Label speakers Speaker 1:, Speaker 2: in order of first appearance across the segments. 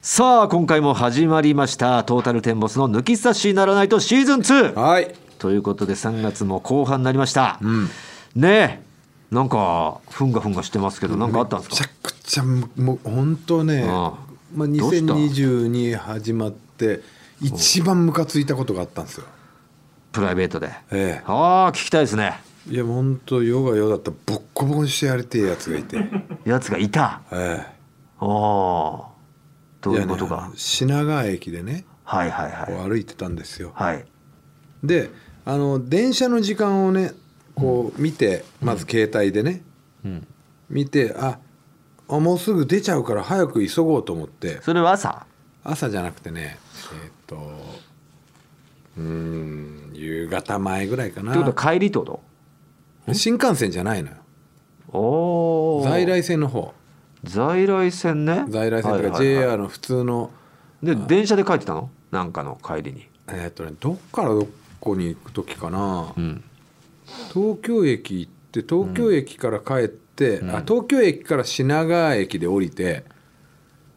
Speaker 1: さあ今回も始まりましたトータルテンボスの抜き差しならないとシーズン2
Speaker 2: はい。
Speaker 1: ということで3月も後半になりました、ねえなんかふんがふんがしてますけどなんかあったんです
Speaker 2: めち
Speaker 1: か
Speaker 2: ゃくちゃもう本当ね、
Speaker 1: ああ
Speaker 2: まあ
Speaker 1: どうした
Speaker 2: 2022始まって一番ムカついたことがあったんですよ。
Speaker 1: プライベートで、
Speaker 2: ええ
Speaker 1: ああ聞きたいですね
Speaker 2: いや本当世が世だったらボッコボコにしてやりてえやつが いて。
Speaker 1: やつがいた
Speaker 2: ええ。
Speaker 1: おおどういうこと
Speaker 2: や
Speaker 1: か、
Speaker 2: ね品川駅でね、
Speaker 1: はいはい
Speaker 2: こ
Speaker 1: は
Speaker 2: う歩いてたんですよ。
Speaker 1: いはい
Speaker 2: で、あの電車の時間をね、こう見て、まず携帯でね、
Speaker 1: うん
Speaker 2: 見て、あ、あもうすぐ出ちゃうから早く急ごうと思って。
Speaker 1: それは朝
Speaker 2: 朝じゃなくてねえーっとうーん夕方前ぐらいか
Speaker 1: ってこと
Speaker 2: な
Speaker 1: は帰りってこ
Speaker 2: 新幹線じゃないのよ
Speaker 1: とおお
Speaker 2: 在来線の方
Speaker 1: 在来線ね
Speaker 2: 在来線とか
Speaker 1: はいはいはい
Speaker 2: JR の普通の、
Speaker 1: で電車で帰ってたのなんかの帰りに
Speaker 2: えーっとねどっからどこに行く時かな、
Speaker 1: うん
Speaker 2: 東京駅行って東京駅から帰って、
Speaker 1: うん
Speaker 2: あ東京駅から品川駅で降りて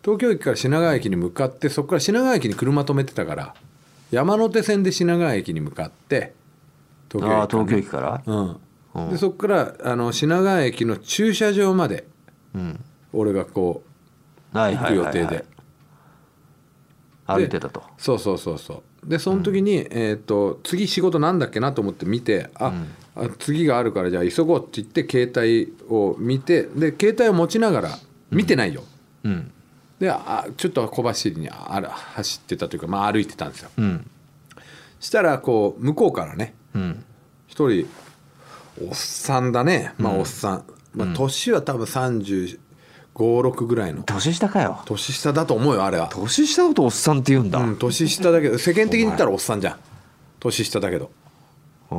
Speaker 2: 東京駅から品川駅に向かってそこから品川駅に車止めてたから山手線で品川駅に向かって東
Speaker 1: ああ
Speaker 2: 京駅からね
Speaker 1: 東京駅から
Speaker 2: うん
Speaker 1: うん
Speaker 2: でそこからあの品川駅の駐車場まで
Speaker 1: うん
Speaker 2: 俺がこう
Speaker 1: はい
Speaker 2: 行
Speaker 1: は
Speaker 2: く
Speaker 1: い
Speaker 2: 予
Speaker 1: はい、
Speaker 2: 定で、
Speaker 1: はい、歩いてたと
Speaker 2: そうそうそうそうでその時に、えー、と次仕事なんだっけなと思って見てあ,、あ次があるからじゃあ急ごうって言って携帯を見てで携帯を持ちながら見てないよ、
Speaker 1: うん
Speaker 2: であちょっと小走りにあら走ってたというか、まあ、歩いてたんですよ
Speaker 1: うん
Speaker 2: したらこう向こうからね
Speaker 1: うん
Speaker 2: 一人おっさんだねまあおっさん、まあ、年は多分356ぐらいの
Speaker 1: 年下かよ
Speaker 2: 年下だと思うよあれは、
Speaker 1: 年下のことおっさんって言うんだ、
Speaker 2: うん、年下だけど世間的に言ったらおっさんじゃん年下だけど
Speaker 1: お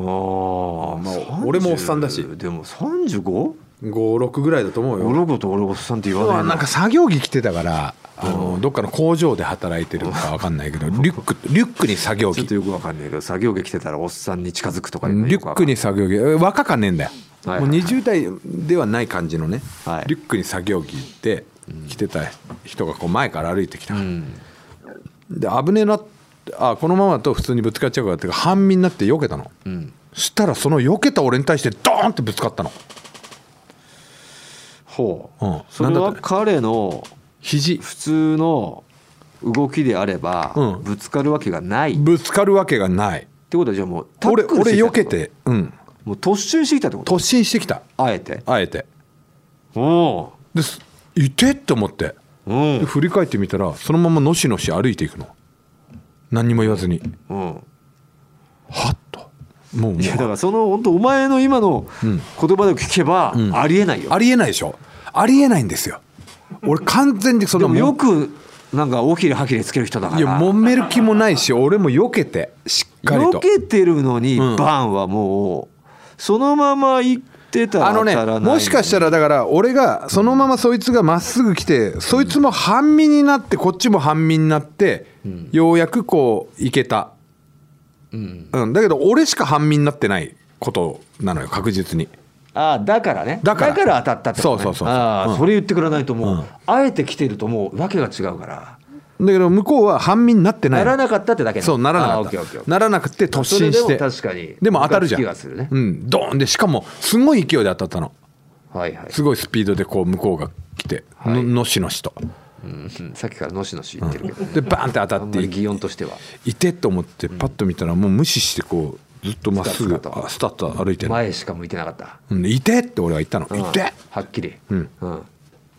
Speaker 1: お、
Speaker 2: まあ
Speaker 1: 30
Speaker 2: 俺もおっさんだし
Speaker 1: でも 35?
Speaker 2: 56ぐらいだと思うよ
Speaker 1: 俺のこと俺おっさんって言わ
Speaker 2: 今
Speaker 1: な
Speaker 2: はい
Speaker 1: な
Speaker 2: なんか作業着着てたからあのどっかの工場で働いてるのか分かんないけどリュックリュックに作業
Speaker 1: ちょ
Speaker 2: 着
Speaker 1: っと
Speaker 2: リ
Speaker 1: よくわかんないけど作業着着てたらおっさんに近づくとか
Speaker 2: ュックに作業着え若かねえんだよ、
Speaker 1: はい
Speaker 2: もう20代ではない感じのね、
Speaker 1: はい
Speaker 2: リュックに作業着で着てた人がこう前から歩いてきた、
Speaker 1: うん
Speaker 2: で危ねえなあこのままだと普通にぶつかっちゃうからっていうか半身になって避けたの、
Speaker 1: うん
Speaker 2: そしたらその避けた俺に対してドーンってぶつかったの
Speaker 1: ほう、
Speaker 2: うん
Speaker 1: それ
Speaker 2: なんだっ
Speaker 1: は
Speaker 2: たね
Speaker 1: 彼の
Speaker 2: 肘
Speaker 1: 普通の動きであれば、
Speaker 2: うん
Speaker 1: ぶつかるわけがないって
Speaker 2: ぶつかるわけがない
Speaker 1: ことはじゃあもうタッ
Speaker 2: 俺
Speaker 1: クル
Speaker 2: 俺
Speaker 1: してきた
Speaker 2: 避
Speaker 1: って
Speaker 2: け
Speaker 1: こと
Speaker 2: てうん
Speaker 1: もう突進してきたってこと
Speaker 2: 突進してきた
Speaker 1: あえて
Speaker 2: あえて
Speaker 1: おお
Speaker 2: ですいてって思って
Speaker 1: う
Speaker 2: で
Speaker 1: ん
Speaker 2: 振り返ってみたらそのままのしのし歩いていくの何にも言わずに
Speaker 1: うん
Speaker 2: はっともうも
Speaker 1: いやだか
Speaker 2: う
Speaker 1: らその本当お前の今の言葉で聞けば
Speaker 2: ん
Speaker 1: ありえないよ、
Speaker 2: ありえないでしょありえないんですよ俺完全にそん
Speaker 1: で
Speaker 2: な
Speaker 1: も
Speaker 2: ん
Speaker 1: よくなんかおひれはきれつける人だから
Speaker 2: いや揉める気もないし俺も避けてしっかりと
Speaker 1: 避けてるのに
Speaker 2: うん
Speaker 1: バンはもうそのまま行ってたら
Speaker 2: あのね
Speaker 1: 当たらない
Speaker 2: もしかしたらだから俺がそのままそいつがまっすぐ来てそいつも半身になってこっちも半身になってようやくこういけた、
Speaker 1: うん
Speaker 2: うん、だけど俺しか半身になってないことなのよ確実に
Speaker 1: ああだからね
Speaker 2: だから
Speaker 1: 当たったってこと、ね、
Speaker 2: そうそうそう
Speaker 1: ああ
Speaker 2: うん
Speaker 1: それ言ってくれないともう、
Speaker 2: うん
Speaker 1: あえて来てるともう訳が違うから
Speaker 2: だけど向こうは半身になってない
Speaker 1: な
Speaker 2: の
Speaker 1: らなかったってだけね
Speaker 2: そうならな
Speaker 1: ああ
Speaker 2: か
Speaker 1: オ
Speaker 2: っ
Speaker 1: ッケーオッケーオッケ
Speaker 2: た
Speaker 1: ー
Speaker 2: ならなくて突進し
Speaker 1: それでも
Speaker 2: て
Speaker 1: 確かに
Speaker 2: でも当たるじゃん
Speaker 1: ムカつきがするね
Speaker 2: うん、ドーンでしかもすごい勢いで当たったの
Speaker 1: はいはい
Speaker 2: すごいスピードでこう向こうが来ての,、
Speaker 1: はい
Speaker 2: のしのしと
Speaker 1: うんさっきからのしのし言ってるけど、ね
Speaker 2: でバーンって当た
Speaker 1: あ
Speaker 2: っ
Speaker 1: ん
Speaker 2: て
Speaker 1: ま
Speaker 2: い
Speaker 1: り
Speaker 2: っ
Speaker 1: 擬音としてはい
Speaker 2: てと思ってパッと見たらもう無視してこうずっとまっすぐ
Speaker 1: スタッと
Speaker 2: あスタッと歩いてる、
Speaker 1: 前しか向いてなかった、
Speaker 2: うんいてって俺は言ったの、
Speaker 1: うん
Speaker 2: いて
Speaker 1: はっきり、
Speaker 2: うん
Speaker 1: うん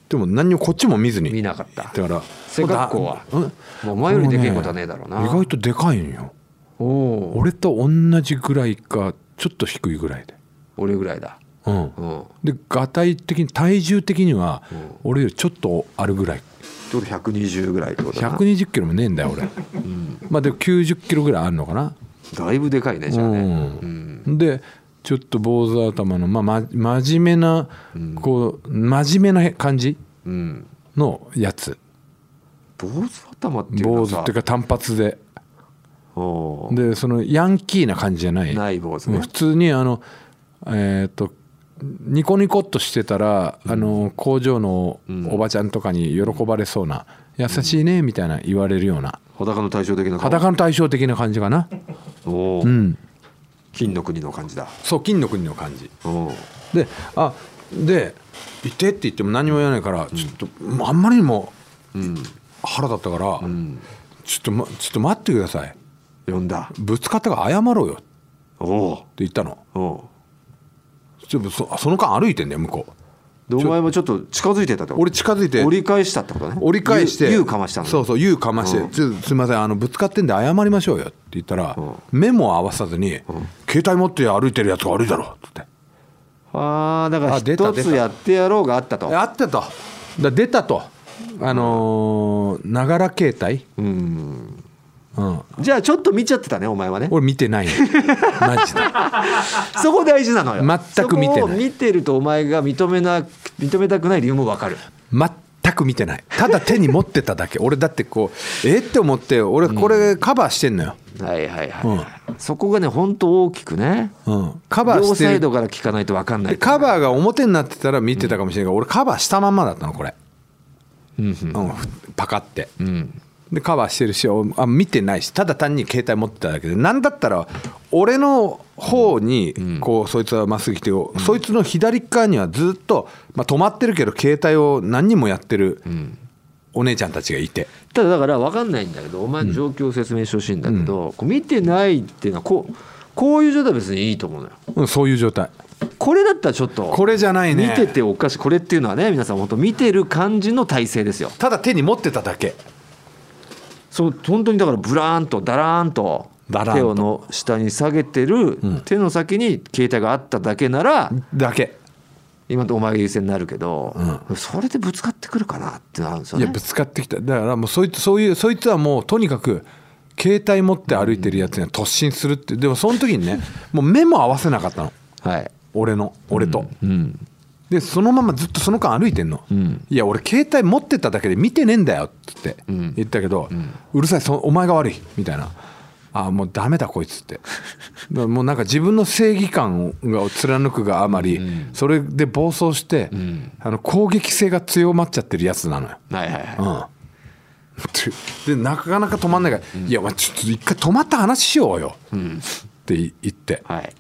Speaker 2: でも何にもこっちも見ずに
Speaker 1: 見なかった
Speaker 2: だから
Speaker 1: 背格好は
Speaker 2: うん
Speaker 1: もう前よりでけえことはねえだろうな
Speaker 2: もね意外とでかいんよ
Speaker 1: おお
Speaker 2: 俺と同じぐらいかちょっと低いぐらいで
Speaker 1: 俺ぐらいだ
Speaker 2: うん
Speaker 1: うん
Speaker 2: でがたい的に体重的には俺よりちょっとあるぐらい
Speaker 1: ちょうど120ぐらいってことだな
Speaker 2: 120キロもねえんだよ俺、まあでも90キロぐらいあるのかな
Speaker 1: だいぶでかいねじゃあね、
Speaker 2: うんでちょっと坊主頭の、まあ、ま真面目な、こう真面目な感じ
Speaker 1: うん、
Speaker 2: のやつ
Speaker 1: 坊主頭っていうの
Speaker 2: 坊
Speaker 1: は
Speaker 2: 主
Speaker 1: さ
Speaker 2: っていうか単発で
Speaker 1: おー
Speaker 2: でそのヤンキーな感じじゃない
Speaker 1: ない坊主
Speaker 2: も
Speaker 1: ね
Speaker 2: う普通にあのえっ、とニコニコっとしてたら、あの工場のおばちゃんとかに喜ばれそうな優しいねみたいな言われるような
Speaker 1: 裸の対照的な顔
Speaker 2: 裸の対照的な感じかな
Speaker 1: おお、
Speaker 2: うん
Speaker 1: 金の国の感じだ
Speaker 2: そう金の国の感じ
Speaker 1: おー
Speaker 2: であでいてって言っても何も言わないからちょっともうあんまりにも
Speaker 1: うん
Speaker 2: 腹立ったか
Speaker 1: う
Speaker 2: ら、
Speaker 1: ん
Speaker 2: ちょっと、ま、ちょっと待ってください
Speaker 1: 呼んだ
Speaker 2: ぶつかったから謝ろうよって
Speaker 1: お
Speaker 2: 言ったの
Speaker 1: おお
Speaker 2: ちょっとそその間歩いてんだよ向こう
Speaker 1: でお前もちょっと近づいてたってこと
Speaker 2: 俺近づいて
Speaker 1: 折り返したってことね
Speaker 2: 折り返して
Speaker 1: 言う言うかましたの
Speaker 2: そうそう言うかまして、
Speaker 1: うん
Speaker 2: ちょすみませんあのぶつかってんで謝りましょうよって言ったら、
Speaker 1: う
Speaker 2: 目も合わさずに、携帯持って歩いてるやつが悪いだろって言って
Speaker 1: ああだから
Speaker 2: あ出た
Speaker 1: 一
Speaker 2: 出た
Speaker 1: つやってやろうがあったと
Speaker 2: あったとだ出たとあのーながら携帯、
Speaker 1: うん
Speaker 2: うん、
Speaker 1: じゃあちょっと見ちゃってたねお前はね
Speaker 2: 俺見 てないのマジで
Speaker 1: そこ大事なのよ
Speaker 2: 全く見てない
Speaker 1: そこを見てるとお前が認めな認めたくない理由もわかる
Speaker 2: 全く見てないただ手に持ってただけ俺だってこうえっって思って俺これカバーしてんのよ、
Speaker 1: はいはいはい、そこがね本当大きくね
Speaker 2: うん、カバー
Speaker 1: 両
Speaker 2: して
Speaker 1: サイ
Speaker 2: る
Speaker 1: ドから聞かないとわかんない
Speaker 2: でカバーが表になってたら見てたかもしれないけど、俺カバーしたまんまだったのこれ、
Speaker 1: うん
Speaker 2: うんふパカって
Speaker 1: うんうん
Speaker 2: でカバーしてるしあ見てないしただ単に携帯持ってただけで何だったら俺の方にこうそいつはまっすぐ来て、そいつの左側にはずっと、まあ、止まってるけど携帯を何人もやってるお姉ちゃんたちがいて、
Speaker 1: ただだからわかんないんだけどお前の状況を説明してほしいんだけど、こう見てないっていうのはこうこういう状態は別にいいと思うのよ
Speaker 2: うん、そういう状態
Speaker 1: これだったらちょっと
Speaker 2: これじゃないね
Speaker 1: 見てておかしいこれっていうのはね皆さん本当見てる感じの体勢ですよ
Speaker 2: ただ手に持ってただけ
Speaker 1: そう本当にだからブラーンとダラーンと
Speaker 2: ダラーンと
Speaker 1: 手をの下に下げてる、手の先に携帯があっただけなら
Speaker 2: だけ
Speaker 1: 今のとこお前が優勢になるけど、それでぶつかってくるかなってなるんですよ
Speaker 2: い
Speaker 1: ね
Speaker 2: やぶつかってきただからもうそいつそういうそいつはもうとにかく携帯持って歩いてるやつには突進するってでもその時にねもう目も合わせなかったの
Speaker 1: はい
Speaker 2: 俺の俺と、
Speaker 1: うん
Speaker 2: でそのままずっとその間歩いてんの、
Speaker 1: ん
Speaker 2: いや俺携帯持ってただけで見てねえんだよっつって
Speaker 1: ん
Speaker 2: 言ったけど、うるさいそお前が悪いみたいなあもうダメだこいつってだからもうなんか自分の正義感を貫くがあまり、それで暴走して、
Speaker 1: ん
Speaker 2: あの攻撃性が強まっちゃってるやつなのよ
Speaker 1: はいはいはい、
Speaker 2: うん、でなかなか止まんないから「いやお前ちょっと一回止まった話しようよ」って言って
Speaker 1: はい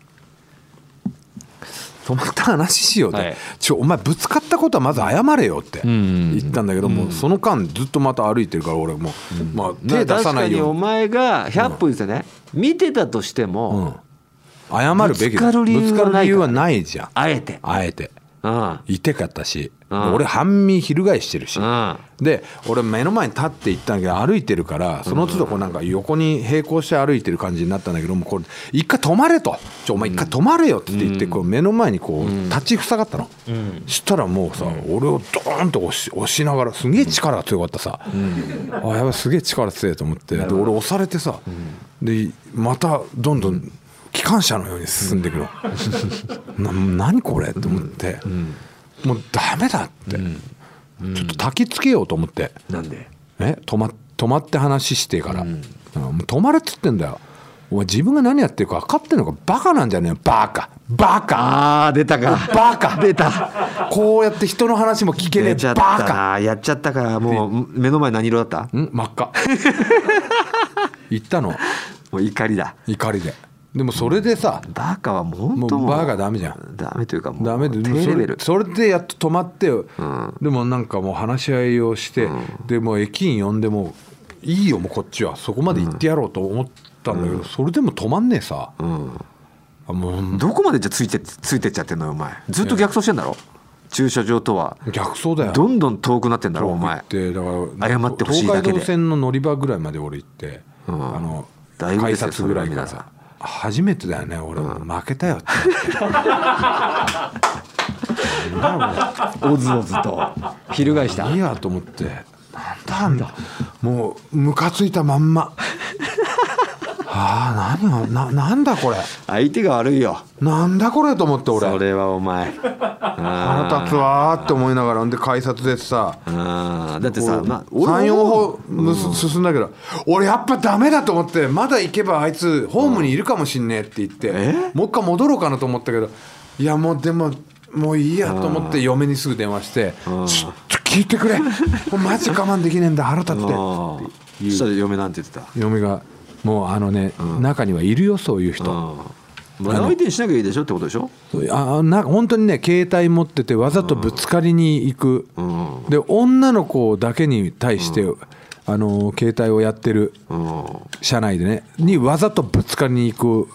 Speaker 2: 「止まった話しよう」って、
Speaker 1: はい
Speaker 2: ちょ「お前ぶつかったことはまず謝れよ」って
Speaker 1: ん
Speaker 2: 言ったんだけど、もうその間ずっとまた歩いてるから俺もう、まあ、
Speaker 1: まあ
Speaker 2: 手出さない
Speaker 1: 確かにお
Speaker 2: ように
Speaker 1: 前が100歩ですよね、見てたとして
Speaker 2: う
Speaker 1: も、
Speaker 2: ん、謝るべきだ
Speaker 1: ぶつかる理由はない
Speaker 2: ぶつかる理由はないじゃん
Speaker 1: あえて
Speaker 2: あえて
Speaker 1: うん
Speaker 2: いてかったし、
Speaker 1: うん
Speaker 2: 俺半身翻してるし、
Speaker 1: うん
Speaker 2: で俺目の前に立って行ったんだけど歩いてるからその都度こうなんか横に並行して歩いてる感じになったんだけどもうこれ一回止まれと「ちょお前一回止まれよ」って言ってこう目の前にこう立ち塞がったの、そしたらもうさ俺をドーンと押し押しながらすげえ力が強かったさ、あやばいすげえ力強いと思ってで俺押されてさ、でまたどんどん機関車のように進んでいく の、な何これと思って、もうダメだって、ちょっと焚きつけようと思って、
Speaker 1: なんで
Speaker 2: え止ま止まって話してから、うんもう止まれっつってんだよお前自分が何やってるか分かってんのかバカなんじゃねえよバカバカ
Speaker 1: ああ出たか
Speaker 2: バカ
Speaker 1: 出た
Speaker 2: こうやって人の話も聞けね
Speaker 1: 出
Speaker 2: えバ
Speaker 1: ちゃった
Speaker 2: カ
Speaker 1: なやっちゃったからもう目の前何色だった
Speaker 2: ん真っ 赤言ったの
Speaker 1: もう怒りだ
Speaker 2: 怒りででもそれでさ、
Speaker 1: バカはもう本当
Speaker 2: もうバカダ
Speaker 1: メ
Speaker 2: メじゃん
Speaker 1: ダメというかもう
Speaker 2: ダメででも
Speaker 1: 低
Speaker 2: そ
Speaker 1: レベ
Speaker 2: れ
Speaker 1: ル
Speaker 2: それでやっと止まって、でもなんかもう話し合いをして、でもう駅員呼んでもういいよもうこっちはそこまで行ってやろうと思ったんだけど、それでも止まんねえさ、あもう
Speaker 1: どこまでじゃついてついてっちゃってんのよお前ずっと逆走してんだろ駐車場とは
Speaker 2: 逆走だよ
Speaker 1: どんどん遠くなってんだろお
Speaker 2: 行
Speaker 1: 前
Speaker 2: ってだから
Speaker 1: 謝ってほしいだけで
Speaker 2: 東海道線の乗り場ぐらいまで俺行って、
Speaker 1: ん
Speaker 2: あの
Speaker 1: だいぶ
Speaker 2: 改
Speaker 1: ですよ
Speaker 2: 札ぐらいから
Speaker 1: それは皆さん
Speaker 2: 初めてだよね俺、負けたよって
Speaker 1: おずおずと翻した
Speaker 2: いいやと思ってなんだなんだもうムカついたま んまああ何がななんだこれ
Speaker 1: 相手が悪いよ
Speaker 2: なんだこれと思って
Speaker 1: そ
Speaker 2: 俺
Speaker 1: れはお前
Speaker 2: 腹立つわーって思いながらで改札でさ
Speaker 1: あーだってさ、まあ、
Speaker 2: 34
Speaker 1: も
Speaker 2: 歩むす進んだけど俺やっぱダメだと思ってまだ行けばあいつホームにいるかもしんねえって言って
Speaker 1: え
Speaker 2: もう一回戻ろうかなと思ったけどいやもうでももういいやと思って嫁にすぐ電話して「ちょ
Speaker 1: ん
Speaker 2: っと聞いてくれもうマジ我慢できねえんだ腹立って」
Speaker 1: あ
Speaker 2: っ
Speaker 1: ー
Speaker 2: て
Speaker 1: そしたら嫁なんて言ってた
Speaker 2: 嫁が「もうあのね、中にはいるよそういう人」
Speaker 1: あーまあ相手にしなきゃいいでしょってことでしょ
Speaker 2: あな本当にね携帯持っててわざとぶつかりに行く、
Speaker 1: うん
Speaker 2: で女の子だけに対して、あの携帯をやってる
Speaker 1: うん
Speaker 2: 車内でねにわざとぶつかりに行く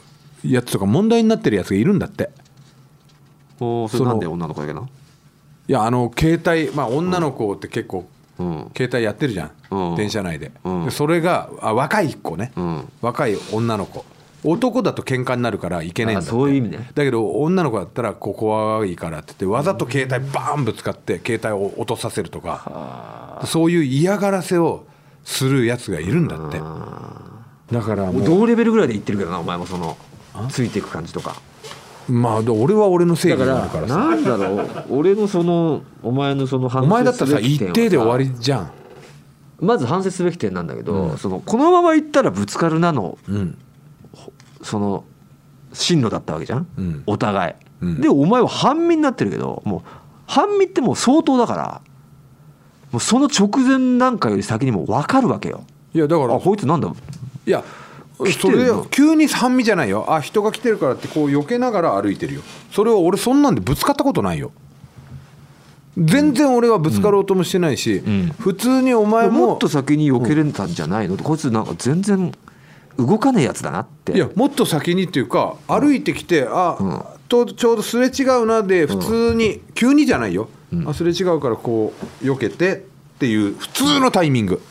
Speaker 2: やつとか問題になってるやつがいるんだって
Speaker 1: おーそれ
Speaker 2: その
Speaker 1: なんで女の子だけない
Speaker 2: やあの携帯まあ女の子って結構、
Speaker 1: うん
Speaker 2: 携帯やってるじゃん、
Speaker 1: うん
Speaker 2: 電車内で,で、
Speaker 1: うん
Speaker 2: それがあ若い子ね、
Speaker 1: うん
Speaker 2: 若い女の子男だと喧嘩になるからいけねえんだって
Speaker 1: あそういう意味ね
Speaker 2: だけど女の子だったらここはいいからって言ってわざと携帯バーンぶつかって携帯を落とさせるとか、そういう嫌がらせをするやつがいるんだって、だからもう
Speaker 1: 同レベルぐらいで言ってるけどなお前もそのついていく感じとか
Speaker 2: まあで俺は俺の正
Speaker 1: だ
Speaker 2: 義
Speaker 1: か
Speaker 2: があ
Speaker 1: ら
Speaker 2: るからさ
Speaker 1: なんだろう俺のそのお前のその反
Speaker 2: お
Speaker 1: 省
Speaker 2: 前だったらさ
Speaker 1: すべき
Speaker 2: 一
Speaker 1: 点は
Speaker 2: 定で終わりじゃん
Speaker 1: まず反省すべき点なんだけど、そのこのまま行ったらぶつかるなの
Speaker 2: うん
Speaker 1: その進路だったわけじゃん、
Speaker 2: うん
Speaker 1: お互い、
Speaker 2: うん
Speaker 1: でお前は半身になってるけどもう半身ってもう相当だからもうその直前なんかより先にもう分かるわけよ
Speaker 2: いやだから
Speaker 1: あこいつなんだ
Speaker 2: いや
Speaker 1: 来て
Speaker 2: そ
Speaker 1: る
Speaker 2: れ
Speaker 1: よ
Speaker 2: よ急に半身じゃないよあ人が来てるからってこう避けながら歩いてるよそれを俺そんなんでぶつかったことないよ全然俺はぶつかろうともしてないし、
Speaker 1: ん
Speaker 2: 普通にお前も
Speaker 1: もっと先に避けれたんじゃないの、こいつなんか全然動かねえやつだなって
Speaker 2: いやもっと先にっていうか歩いてきてあ、とちょうどすれ違うなで普通に、急にじゃないよ、あすれ違うからこう避けてっていう普通のタイミング、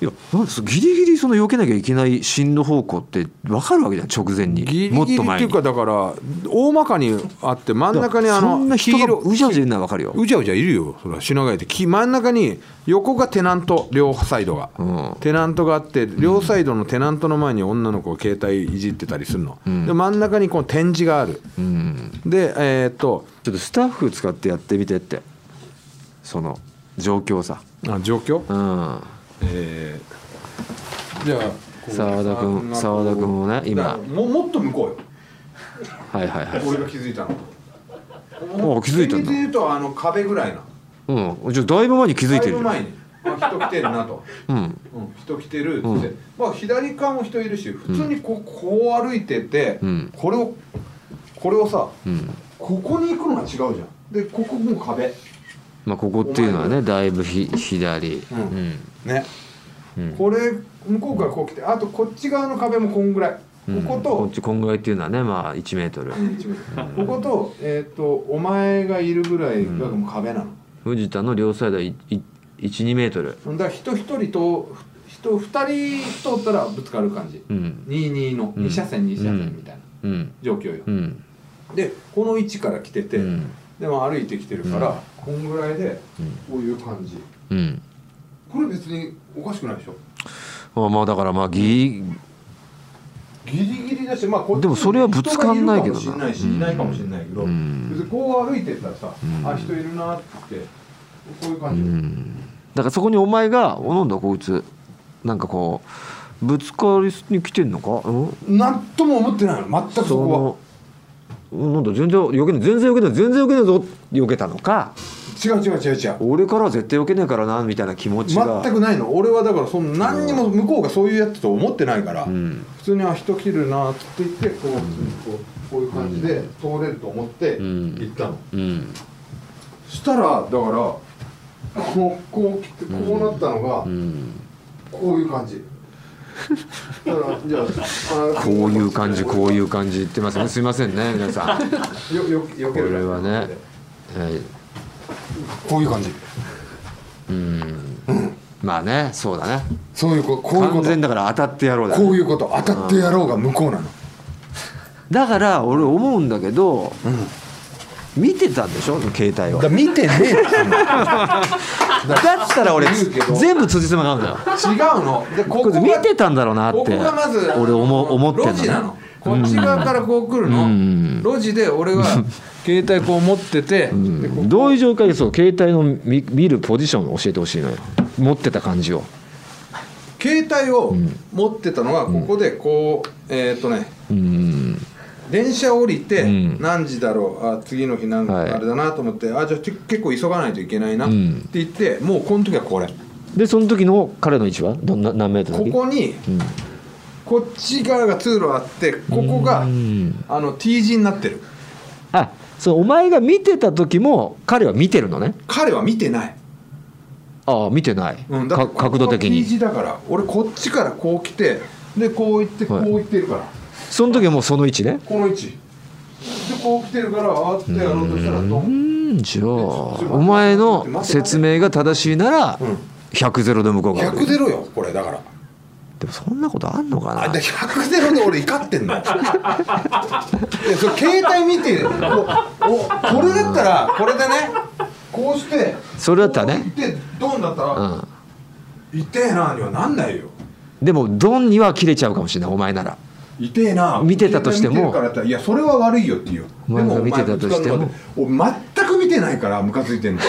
Speaker 1: いやなんですギリギリその避けなきゃいけない進路方向って分かるわけじゃん直前に
Speaker 2: ギリギリ
Speaker 1: も
Speaker 2: って
Speaker 1: と前
Speaker 2: いうかだから大まかにあって真ん中にあの
Speaker 1: そんな人
Speaker 2: 黄
Speaker 1: が
Speaker 2: 色
Speaker 1: うじゃうじゃいるのは分かるよ
Speaker 2: うじゃうじゃいるよそれは品川でき真ん中に横がテナント両サイドが、
Speaker 1: ん
Speaker 2: テナントがあって両サイドのテナントの前に女の子が携帯いじってたりするの、で真ん中にこの展示がある、でえーっと
Speaker 1: ちょっとスタッフ使ってやってみてってその状況さ
Speaker 2: あ状況、
Speaker 1: うん
Speaker 2: えーじゃあこう
Speaker 1: 澤田君
Speaker 2: が
Speaker 1: 澤田君をね今
Speaker 2: だからももっと向こうよ
Speaker 1: はいはいはい
Speaker 2: 俺が気づいたの
Speaker 1: あ気づいたんだ
Speaker 2: 厳密に言うとあの壁ぐらいな
Speaker 1: うんじゃあだいぶ前に気づいてる
Speaker 2: だ
Speaker 1: よ
Speaker 2: ぶ前に、あ、人来てるなと、
Speaker 1: うん
Speaker 2: うん、人来てるっつって、まあ左側も人いるし普通にこうこう歩いてて、
Speaker 1: ん
Speaker 2: これをこれをさ、
Speaker 1: うん
Speaker 2: ここに行くのが違うじゃんでここもう壁
Speaker 1: まあここっていうのはねだいぶひ左うんん
Speaker 2: ね、
Speaker 1: ん
Speaker 2: これ向こうからこう来てあとこっち側の壁もこんぐらい、
Speaker 1: うん
Speaker 2: ここと、
Speaker 1: こっちこんぐらいっていうのはねまあ1メートル
Speaker 2: ここと,、えー、とお前がいるぐらいがもう壁なの、
Speaker 1: 藤田の両サイド12メートル
Speaker 2: だから人一人と人二人通ったらぶつかる感じ、
Speaker 1: うん
Speaker 2: 二二の
Speaker 1: うん
Speaker 2: 二車線二車線みたいな
Speaker 1: うん
Speaker 2: 状況よ、
Speaker 1: うん
Speaker 2: でこの位置から来てて、
Speaker 1: うん
Speaker 2: でも歩いてきてるから、こんぐらいでこういう感じ
Speaker 1: うん
Speaker 2: これ別におかしくないでしょ
Speaker 1: まあまあだからまあギリ
Speaker 2: ギリギリだしまあこっちに
Speaker 1: でもそれはぶつかんないけどな
Speaker 2: 人がいるかもしれないし、
Speaker 1: うん
Speaker 2: いないかもしれないけど、
Speaker 1: ん
Speaker 2: 別にこう歩いてったらさ、
Speaker 1: ん
Speaker 2: あ人いるなってこういう感
Speaker 1: う
Speaker 2: じ、
Speaker 1: んだからそこにお前が「おなんだこいつなんかこうぶつかりに来てんのか?うん
Speaker 2: なんとも思ってないの」全くそこは。
Speaker 1: うんなんだ全然避けない全然避けない全然避けないぞ」避けたのか
Speaker 2: 違う違う違う違
Speaker 1: 「
Speaker 2: う
Speaker 1: 俺からは絶対避けないからな」みたいな気持ちが
Speaker 2: 全くないの俺はだからその何にも向こうがそういうやつと思ってないから、
Speaker 1: うん
Speaker 2: 普通に「あ人切るな」って言ってこう,、こうこういう感じで通れると思って
Speaker 1: ん
Speaker 2: 行ったの、
Speaker 1: うん
Speaker 2: そしたらだからこうこう来てこうなったのが、
Speaker 1: うん
Speaker 2: こういう感じだからじゃああ
Speaker 1: こういう感じこういう感じ言ってますねすいませんね皆さん
Speaker 2: よよよ
Speaker 1: こ
Speaker 2: ける
Speaker 1: れはねはい
Speaker 2: こういう感じ
Speaker 1: うんまあねそうだね
Speaker 2: そういうここういうこ
Speaker 1: 完
Speaker 2: と
Speaker 1: 全だから当たってやろうだね
Speaker 2: こういうこと当たってやろうが向こうなの
Speaker 1: だから俺思うんだけど、見てたんでしょ携帯を
Speaker 2: だから見てねえって言うの
Speaker 1: だったら俺
Speaker 2: 言うけど
Speaker 1: 全部辻褄が合うんだよ
Speaker 2: 違うのでこ
Speaker 1: こ
Speaker 2: こ
Speaker 1: いつ
Speaker 2: が
Speaker 1: 見てたんだろうなって
Speaker 2: ここがまず
Speaker 1: 俺思う思ってんの
Speaker 2: 路地なのこっち側からこう来るの、
Speaker 1: ん
Speaker 2: 路地で俺 は携帯こう持ってて、でこう
Speaker 1: どういう状況でそう携帯の見見るポジションを教えてほしいのよ持ってた感じを
Speaker 2: 携帯を持ってたのがここでこう、えーっとね
Speaker 1: うん
Speaker 2: 電車降りて
Speaker 1: うん
Speaker 2: 何時だろう、あ次の日なんか
Speaker 1: はい
Speaker 2: あれだなと思って、あじゃあちょ結構急がないといけないなっ
Speaker 1: う
Speaker 2: て
Speaker 1: ん
Speaker 2: 言って、もうこの時はこれこ
Speaker 1: でその時の彼の位置はどんな何メートル先
Speaker 2: こに、
Speaker 1: ん
Speaker 2: こっち側が通路あってここが
Speaker 1: うん
Speaker 2: あの T 字になってる
Speaker 1: あそのお前が見てた時も彼は見てるのね
Speaker 2: 彼は見てない、
Speaker 1: ああ見てない、
Speaker 2: うん、だ
Speaker 1: か
Speaker 2: ってここ
Speaker 1: 角度的
Speaker 2: T
Speaker 1: に
Speaker 2: 字だから俺こっちからこう来てでこう行ってこ
Speaker 1: はいう
Speaker 2: 行ってるから、
Speaker 1: その時はもうその位置ね
Speaker 2: この位置でこう来てるからあってやろうとしたらド
Speaker 1: う
Speaker 2: ン
Speaker 1: んじゃあお前の説明が正しいなら
Speaker 2: うん
Speaker 1: 100ゼロで向こうがある
Speaker 2: 100ゼロよこれだから
Speaker 1: でもそんなことあんのか
Speaker 2: あ
Speaker 1: な
Speaker 2: で100ゼロで俺怒ってんの いやそれ携帯見てこうおこれだったらこれでねこうして
Speaker 1: それだったらね
Speaker 2: こう行ってドンだったら、
Speaker 1: うん
Speaker 2: 痛えなにはなんないよ
Speaker 1: でもドンには切れちゃうかもしれないお前なら
Speaker 2: 痛えな
Speaker 1: 見てたとしても
Speaker 2: 携帯見るからっていやそれは悪いよって言うよ
Speaker 1: お前が見てたとしても
Speaker 2: でお前ぶつかるまでお全く見てないからムカついてんのそ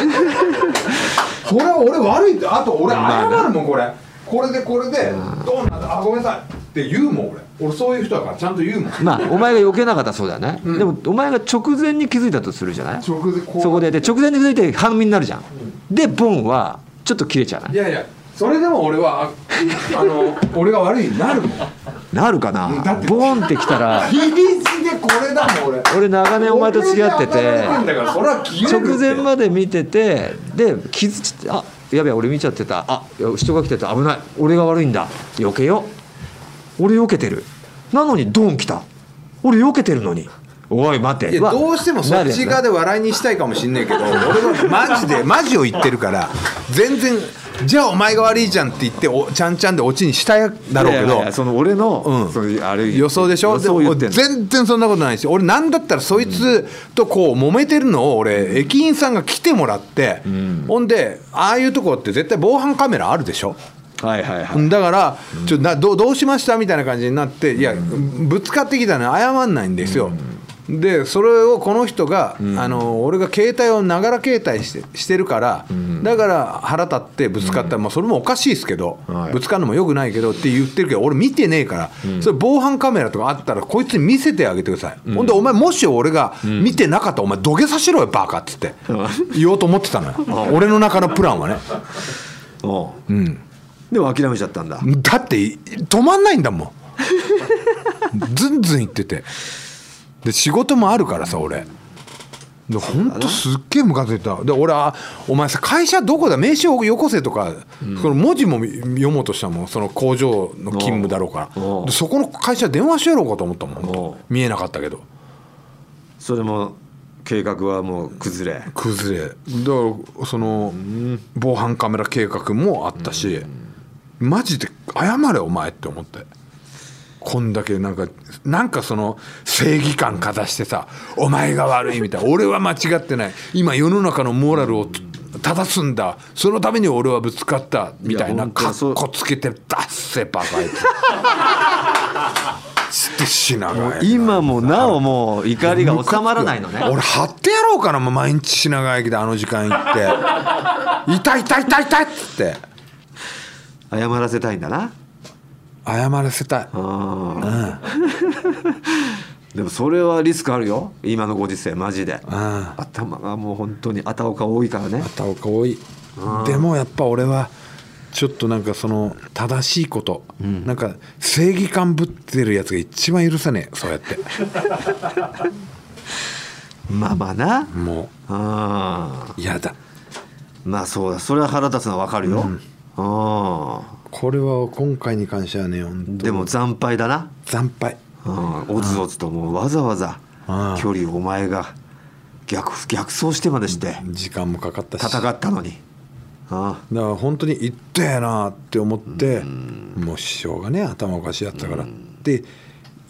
Speaker 2: れは俺悪いってあと俺謝るもんこれこれでこれでどうなんだあごめんなさいって言うもん俺俺そういう人だからちゃんと言うもん
Speaker 1: まあお前が避けなかったらそうだよね、
Speaker 2: ん
Speaker 1: でもお前が直前に気づいたとするじゃないそ
Speaker 2: 直前こう
Speaker 1: こでで直前に気づいて半身になるじゃん、でボンはちょっと切れちゃうない
Speaker 2: やいやそれでも俺はああの俺が悪いに なるもん
Speaker 1: なるかな
Speaker 2: うんだって
Speaker 1: ボンってきたら
Speaker 2: 響きでこれだもん俺
Speaker 1: 俺長年お前と付き合って
Speaker 2: 俺
Speaker 1: て
Speaker 2: で当たられんだからそれは消え
Speaker 1: 直
Speaker 2: るって
Speaker 1: 前まで見ててで気づちあやべえ俺見ちゃってたあいや人が来てた危ない俺が悪いんだ避けよう俺避けてるなのにドン来た俺避けてるのにおい待て
Speaker 2: いや
Speaker 1: は
Speaker 2: どうしてもそっち側で笑いにしたいかもしんないけど俺はマジでマジを言ってるから全然じゃあお前が悪いじゃんって言っておちゃんちゃんでオチにしたいだろうけど
Speaker 1: いやいやいやその俺の、
Speaker 2: うん
Speaker 1: そのあれ
Speaker 2: 予想でしょ
Speaker 1: 予
Speaker 2: で
Speaker 1: 想言
Speaker 2: も
Speaker 1: ってんの
Speaker 2: 全然そんなことないし俺なんだったらそいつとこう揉めてるのを俺駅員さんが来てもらって、ほんでああいうとこって絶対防犯カメラあるでしょ
Speaker 1: はいはいはい、
Speaker 2: だから、ちょなどうどうしましたみたいな感じになって、いや、ぶつかってきたのに謝んないんですよ。でそれをこの人が、あの俺が携帯をながら携帯してしてるから、だから腹立ってぶつかったら、まあ、それもおかしいですけど、
Speaker 1: はい
Speaker 2: ぶつかるのもよくないけどって言ってるけど俺見てねえから、それ防犯カメラとかあったらこいつに見せてあげてください、ほんでお前もし俺が見てなかったらお前土下座しろよバカっつって言おうと思ってたのよ俺の中のプランはね
Speaker 1: おうでも諦めちゃったんだ
Speaker 2: だって止まんないんだもんずんずん行っててで仕事もあるからさ俺でほんとすっげえムカついたで俺は「お前さ会社どこだ名刺をよこせ」とか、その文字も読もうとしたもんその工場の勤務だろうか
Speaker 1: お
Speaker 2: ら
Speaker 1: う
Speaker 2: でそこの会社電話しやろうかと思ったもんほん
Speaker 1: おう
Speaker 2: と見えなかったけど
Speaker 1: それも計画はもう崩れ
Speaker 2: 崩れだからその防犯カメラ計画もあったし、マジで謝れお前って思ってこんだけなんかなんかその正義感かざしてさお前が悪いみたいな俺は間違ってない今世の中のモラルを正すんだそのために俺はぶつかったみたい
Speaker 1: いや本
Speaker 2: な
Speaker 1: 当
Speaker 2: かっ
Speaker 1: そう
Speaker 2: こつけてダッセバカあい つしてしながら
Speaker 1: 今もなおもう怒りが収まらないのね
Speaker 2: 俺張ってやろうかなもう毎日品川駅であの時間行 って痛い痛い痛い痛いっつって
Speaker 1: 謝らせたいんだな
Speaker 2: 謝らせたい
Speaker 1: うん でもそれはリスクあるよ今のご時世マジで
Speaker 2: うん
Speaker 1: 頭がもう本当にあたおか多いからね
Speaker 2: 片岡多いでもやっぱ俺はちょっとなんかその正しいこと、なんか正義感ぶってるやつが一番許さねえそうやって
Speaker 1: まあまあな
Speaker 2: も
Speaker 1: あ
Speaker 2: う嫌だ
Speaker 1: まあそうだそれは腹立つのは分かるよ、うん
Speaker 2: これは今回に関してはね本当
Speaker 1: でも惨敗だな
Speaker 2: 惨敗
Speaker 1: うんおずおずともうわざわざ
Speaker 2: うん
Speaker 1: 距離をお前が逆逆走してまでして
Speaker 2: 時間もかかったし
Speaker 1: 戦ったのにあ
Speaker 2: だから本当に行ったやなって思ってもう師匠がね頭おかしいやったからって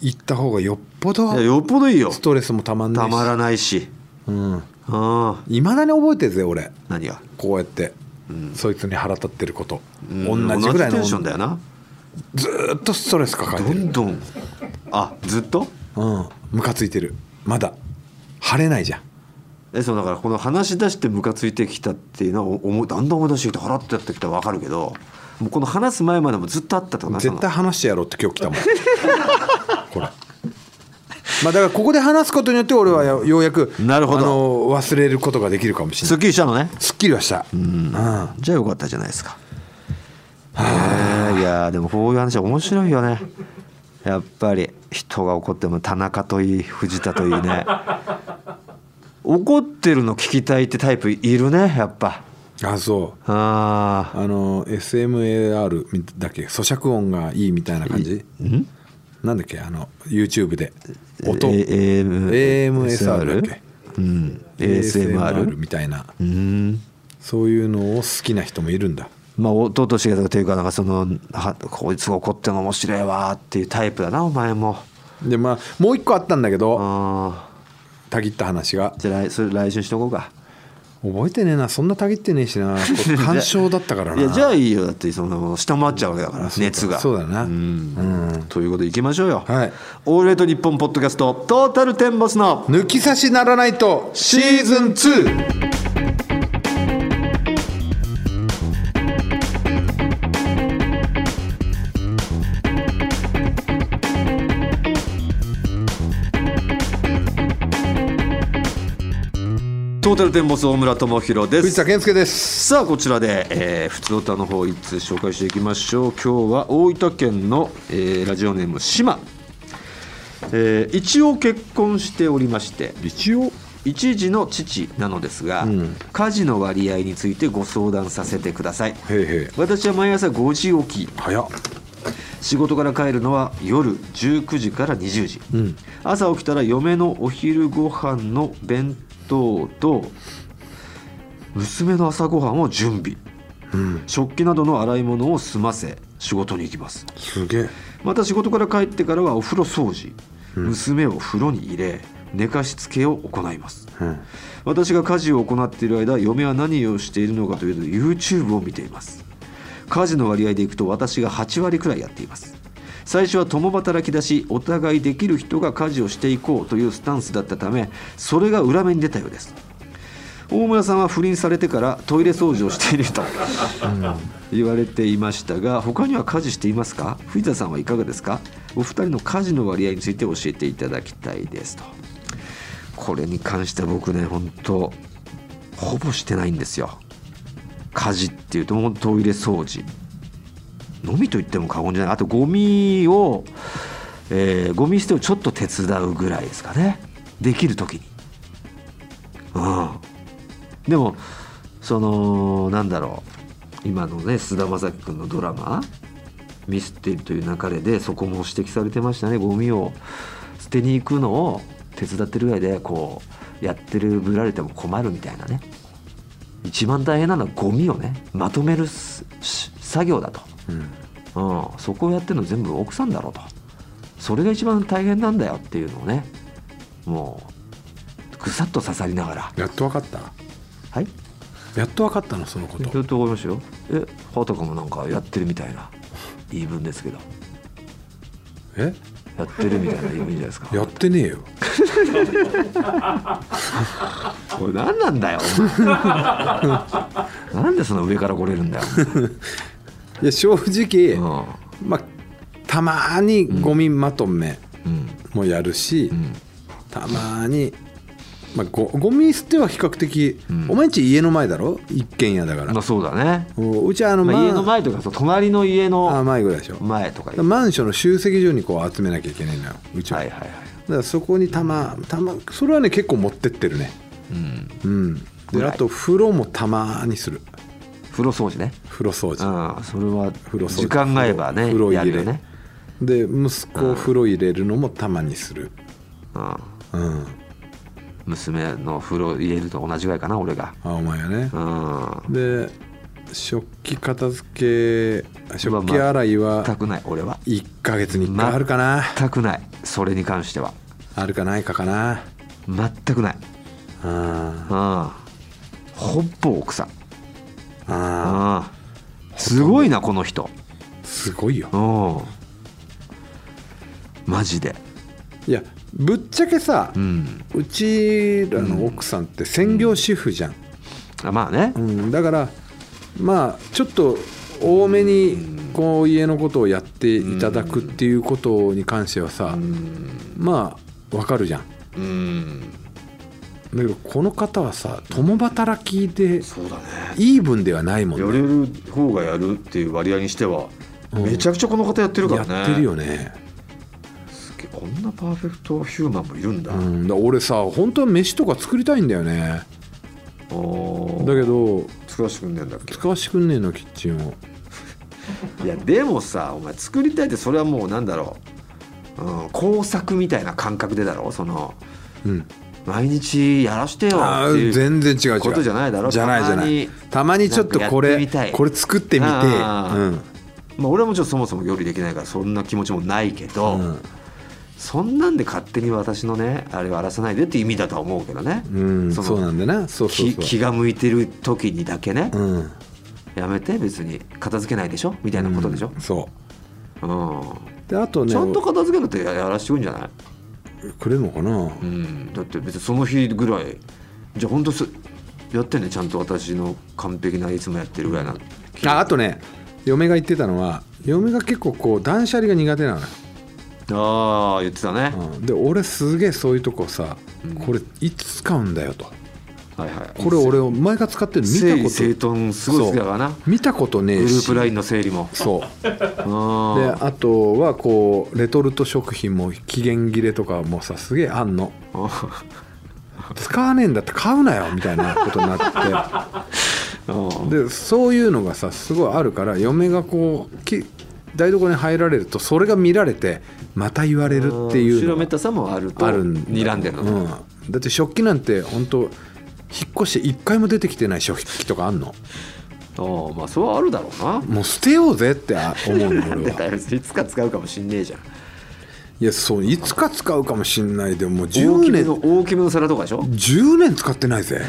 Speaker 2: 行った方がよっぽど
Speaker 1: あいやよっぽどいいよ
Speaker 2: ストレスもたまんな
Speaker 1: た
Speaker 2: いし
Speaker 1: まらないし
Speaker 2: うん
Speaker 1: あ
Speaker 2: いまだに覚えてるぜ俺
Speaker 1: 何が
Speaker 2: こうやって、そいつに腹立ってること、
Speaker 1: うん
Speaker 2: 同じぐらい
Speaker 1: テ
Speaker 2: の
Speaker 1: ンションだよな
Speaker 2: ずーっとストレス抱え
Speaker 1: ど
Speaker 2: てる
Speaker 1: んどんあずっと
Speaker 2: うんムカついてるまだ晴れないじゃん
Speaker 1: えそうだからこの話し出してムカついてきたっていうのはおおだんだん思い出してきて払ってやってきたら分かるけどもうこの話す前までもずっとあったってことな
Speaker 2: 絶対話してやろうって今日来たもんこれまあ、だからここで話すことによって俺はよようやく
Speaker 1: なるほど
Speaker 2: あの忘れることができるかもしれ
Speaker 1: す
Speaker 2: な
Speaker 1: っきりしたのね
Speaker 2: いすっきりはした、うん
Speaker 1: じゃあよかったじゃないですかへえいやーでもこういう話は面白いよねやっぱり人が怒っても田中といい藤田といい ね怒ってるの聞きたいってタイプいるねやっぱ
Speaker 2: あそう
Speaker 1: あ
Speaker 2: あの SMAR みだっけ咀嚼音がいいみたいな感じなんだっけあの YouTube で
Speaker 1: ー
Speaker 2: 音
Speaker 1: え AM
Speaker 2: AMSR だっけ
Speaker 1: うん、ASMR
Speaker 2: みたいな
Speaker 1: うん
Speaker 2: そういうのを好きな人もいるんだ
Speaker 1: まあ弟としてというかなんかそのはこいつが怒っても面白いわーっていうタイプだなお前も
Speaker 2: でまあもう一個あったんだけど
Speaker 1: あ
Speaker 2: たぎった話が
Speaker 1: ーじゃあ来それ来週にしとこうか
Speaker 2: 覚えてねえなそんなたぎってねえしな 干渉だったから
Speaker 1: い
Speaker 2: な
Speaker 1: やじゃあいいよだってその下回っちゃうわけだから
Speaker 2: あそうか
Speaker 1: 熱が
Speaker 2: そうだな
Speaker 1: んということでいきましょうよ
Speaker 2: はい
Speaker 1: オールナイト日本ポッドキャストトータルテンボスの
Speaker 2: 抜き差しならないとシーズン 2!
Speaker 1: トータルテンボス大村智弘で
Speaker 2: 藤
Speaker 1: す
Speaker 2: 田健介です
Speaker 1: さあこちらで、えー、普通歌の方一通紹介していきましょう今日は大分県の、えーラジオネーム島、えー一応結婚しておりまして
Speaker 2: 一応
Speaker 1: 一児の父なのですが、
Speaker 2: ん
Speaker 1: 家事の割合についてご相談させてください
Speaker 2: へいへい
Speaker 1: 私は毎朝5時起き
Speaker 2: 早っ
Speaker 1: 仕事から帰るのは夜19時から20時、
Speaker 2: ん
Speaker 1: 朝起きたら嫁のお昼ご飯の弁当と娘の朝ご飯を準備
Speaker 2: うん
Speaker 1: 食器などの洗い物を済ませ仕事に行きます
Speaker 2: すげえ
Speaker 1: また仕事から帰ってからはお風呂掃除、娘を風呂に入れ寝かしつけを行います
Speaker 2: うん
Speaker 1: 私が家事を行っている間嫁は何をしているのかというと YouTube を見ています家事の割合でいくと私が8割くらいやっています最初は共働きだしお互いできる人が家事をしていこうというスタンスだったためそれが裏目に出たようです大村さんは不倫されてからトイレ掃除をしていると言われていましたが他には家事していますか藤田さんはいかがですかお二人の家事の割合について教えていただきたいですとこれに関しては僕ね本当ほぼしてないんですよ家事っていうともうトイレ掃除のみと言っても過言じゃないあとゴミを、えーゴミ捨てをちょっと手伝うぐらいですかねできる時にうんでもそのなんだろう今のね菅田将暉君のドラマ「ミステリ」という流れでそこも指摘されてましたねゴミを捨てに行くのを手伝ってるぐらいでこうやってるぶられても困るみたいなね一番大変なのはゴミをねまとめるすし作業だと、
Speaker 2: うん
Speaker 1: うん、そこをやってるの全部奥さんだろうとそれが一番大変なんだよっていうのをねもうぐさっと刺さりながら
Speaker 2: やっとわかった
Speaker 1: はい
Speaker 2: やっとわかったのそのこ
Speaker 1: ず
Speaker 2: と
Speaker 1: っと思いましたよえはたかもなんかやってるみたいな言い分ですけど
Speaker 2: え
Speaker 1: やってるみたいな言い分じゃないですか
Speaker 2: やってねえよ
Speaker 1: これ何なんだよお前 なんでその上から来れるんだよ、
Speaker 2: いや正直、
Speaker 1: うん
Speaker 2: まあたまにゴミまとめ
Speaker 1: うん
Speaker 2: もやるし、
Speaker 1: うん、
Speaker 2: たまに、まあ、ゴゴミ捨ては比較的、お前んち家の前だろ一軒家だから、
Speaker 1: まあそうだね、
Speaker 2: おうちはあの、
Speaker 1: ま
Speaker 2: マ
Speaker 1: あ、
Speaker 2: ン
Speaker 1: 家の前とかそう隣の家
Speaker 2: あ
Speaker 1: の
Speaker 2: 前ぐらいでしょ
Speaker 1: 前とかいう
Speaker 2: マンションの集積所にこう集めなきゃいけないのようちは、
Speaker 1: はいはいはい、
Speaker 2: だからそこにたまたまそれはね結構持ってってるね
Speaker 1: うん、
Speaker 2: うんであと風呂もたまにする
Speaker 1: 風呂掃除ね
Speaker 2: 風呂掃除、
Speaker 1: うんそれは
Speaker 2: 風呂掃除
Speaker 1: 時間が合えばね
Speaker 2: 風呂
Speaker 1: や
Speaker 2: 入
Speaker 1: る
Speaker 2: れ
Speaker 1: よね、
Speaker 2: で息子を風呂入れるのもたまにする、
Speaker 1: うん、
Speaker 2: うん、あ
Speaker 1: 娘の風呂入れると同じぐらいかな俺が
Speaker 2: お前はね
Speaker 1: う、ん
Speaker 2: で食器片付けあ食器洗いは
Speaker 1: 全くない俺は
Speaker 2: 1か月に1回あるかな、
Speaker 1: 全くないそれに関しては
Speaker 2: あるかないかかな
Speaker 1: 全くない
Speaker 2: あ
Speaker 1: うんほぼ奥さん
Speaker 2: ーあ
Speaker 1: うんすごいなこの人
Speaker 2: ーすごいよ
Speaker 1: うんマジで
Speaker 2: いやぶっちゃけさ
Speaker 1: う、ん
Speaker 2: うちらの奥さんって専業主婦じゃん、
Speaker 1: あまあね
Speaker 2: うん、だからまあちょっと多めにこう家のことをやっていただくっていうことに関してはさ、まあわかるじゃん
Speaker 1: うん
Speaker 2: だけどこの方はさ共働きで
Speaker 1: そうだね
Speaker 2: イーブンではないもん
Speaker 1: や
Speaker 2: ね
Speaker 1: れる方がやるっていう割合にしては、
Speaker 2: うん
Speaker 1: めちゃくちゃこの方やってるか
Speaker 2: や
Speaker 1: らね
Speaker 2: ってるよね、
Speaker 1: すげえこんなパーフェクトヒューマンもいるんだ、
Speaker 2: うん、だから俺さ本当は飯とか作りたいんだよね
Speaker 1: お
Speaker 2: だけど
Speaker 1: 作らせてくんねえんだっけ
Speaker 2: 使わしてくんねえのキッチンを
Speaker 1: いやでもさお前作りたいってそれはもうなんだろう、うん、工作みたいな感覚でだろその
Speaker 2: うん
Speaker 1: 毎日やらしてよ
Speaker 2: あ
Speaker 1: ってい
Speaker 2: ー
Speaker 1: う
Speaker 2: 全然違う違う
Speaker 1: ことじゃないだろ
Speaker 2: じゃないじゃ
Speaker 1: たま
Speaker 2: な
Speaker 1: に
Speaker 2: いたまにちょっと
Speaker 1: な
Speaker 2: こ
Speaker 1: んかやって
Speaker 2: れ
Speaker 1: みたい
Speaker 2: これ作ってみて
Speaker 1: あー
Speaker 2: うん
Speaker 1: まあ、俺はもちろんそもそも料理できないからそんな気持ちもないけど、
Speaker 2: うん
Speaker 1: そんなんで勝手に私のねあれを荒らさないでって意味だとは思うけどね、
Speaker 2: うん、
Speaker 1: そ
Speaker 2: そ
Speaker 1: の
Speaker 2: うなんだなそうそう
Speaker 1: 気
Speaker 2: そ
Speaker 1: 気が向いてる時にだけね、
Speaker 2: う、うん、
Speaker 1: やめて別に片付けないでしょみたいなことでしょ
Speaker 2: う、んそ
Speaker 1: うん
Speaker 2: うであとね
Speaker 1: ちゃんと片付けるってややらしてくんじゃない、
Speaker 2: くれるのかな、
Speaker 1: うん、だって別にその日ぐらいじゃあほんとすやってねちゃんと私の完璧ないつもやってるぐらいな
Speaker 2: ああとね嫁が言ってたのは嫁が結構こう断捨離が苦手なのよ、
Speaker 1: ああ言ってたね、
Speaker 2: うん、で俺すげえそういうとこさ、
Speaker 1: うん
Speaker 2: これいつ使うんだよと
Speaker 1: はいはい
Speaker 2: これ俺お前が使ってるの見
Speaker 1: 整
Speaker 2: た
Speaker 1: 理
Speaker 2: こ
Speaker 1: 整
Speaker 2: と
Speaker 1: 頓すごい好きだからな
Speaker 2: 見たことね
Speaker 1: グル
Speaker 2: え
Speaker 1: ー
Speaker 2: し
Speaker 1: プラインの整理も
Speaker 2: そ
Speaker 1: う
Speaker 2: う
Speaker 1: ん
Speaker 2: であとはこうレトルト食品も期限切れとかもさすげえあんの使わねえんだって買うなよみたいなことになっ
Speaker 1: うん
Speaker 2: てでそういうのがさすごいあるから嫁がこうき台所に入られるとそれが見られてまた言われるっていう
Speaker 1: 後
Speaker 2: の
Speaker 1: ろ
Speaker 2: が
Speaker 1: めたさもあると
Speaker 2: あるんだ
Speaker 1: 睨んでるのね、
Speaker 2: うん、だって食器なんて本当引っ越して一回も出てきてない食器とかあんの
Speaker 1: ああまあそれはあるだろうな
Speaker 2: もう捨てようぜってあ思うの
Speaker 1: なん
Speaker 2: 俺
Speaker 1: で
Speaker 2: は
Speaker 1: だよ別にいつか使うかもしんねえじゃん
Speaker 2: いやそういつか使うかもしんないでもう
Speaker 1: 大き
Speaker 2: 10
Speaker 1: め
Speaker 2: 年
Speaker 1: の大きめの皿とかでしょ
Speaker 2: 10年使ってな いぜ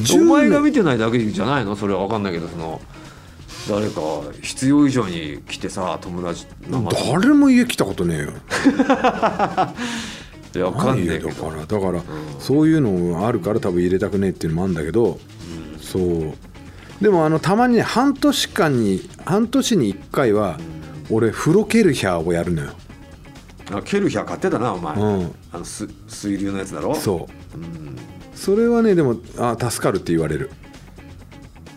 Speaker 1: お
Speaker 2: 10
Speaker 1: 前が
Speaker 2: 年
Speaker 1: 見てないだけじゃないのそれは分かんないけどその誰か必要以上に来てさ友達のま
Speaker 2: 誰も家来たことねえよ
Speaker 1: いや分かんねえけ
Speaker 2: だか
Speaker 1: ど
Speaker 2: らだから、そういうのあるから多分入れたくねえっていうのもあるんだけど、そうでもあのたまにね半年間に半年に1回は、俺風呂ケルヒャーをやるのよ、
Speaker 1: あケルヒャー買ってたなお前、
Speaker 2: うん
Speaker 1: あのす水流のやつだろ
Speaker 2: そう
Speaker 1: う、ん、
Speaker 2: それはねでもあ助かるって言われる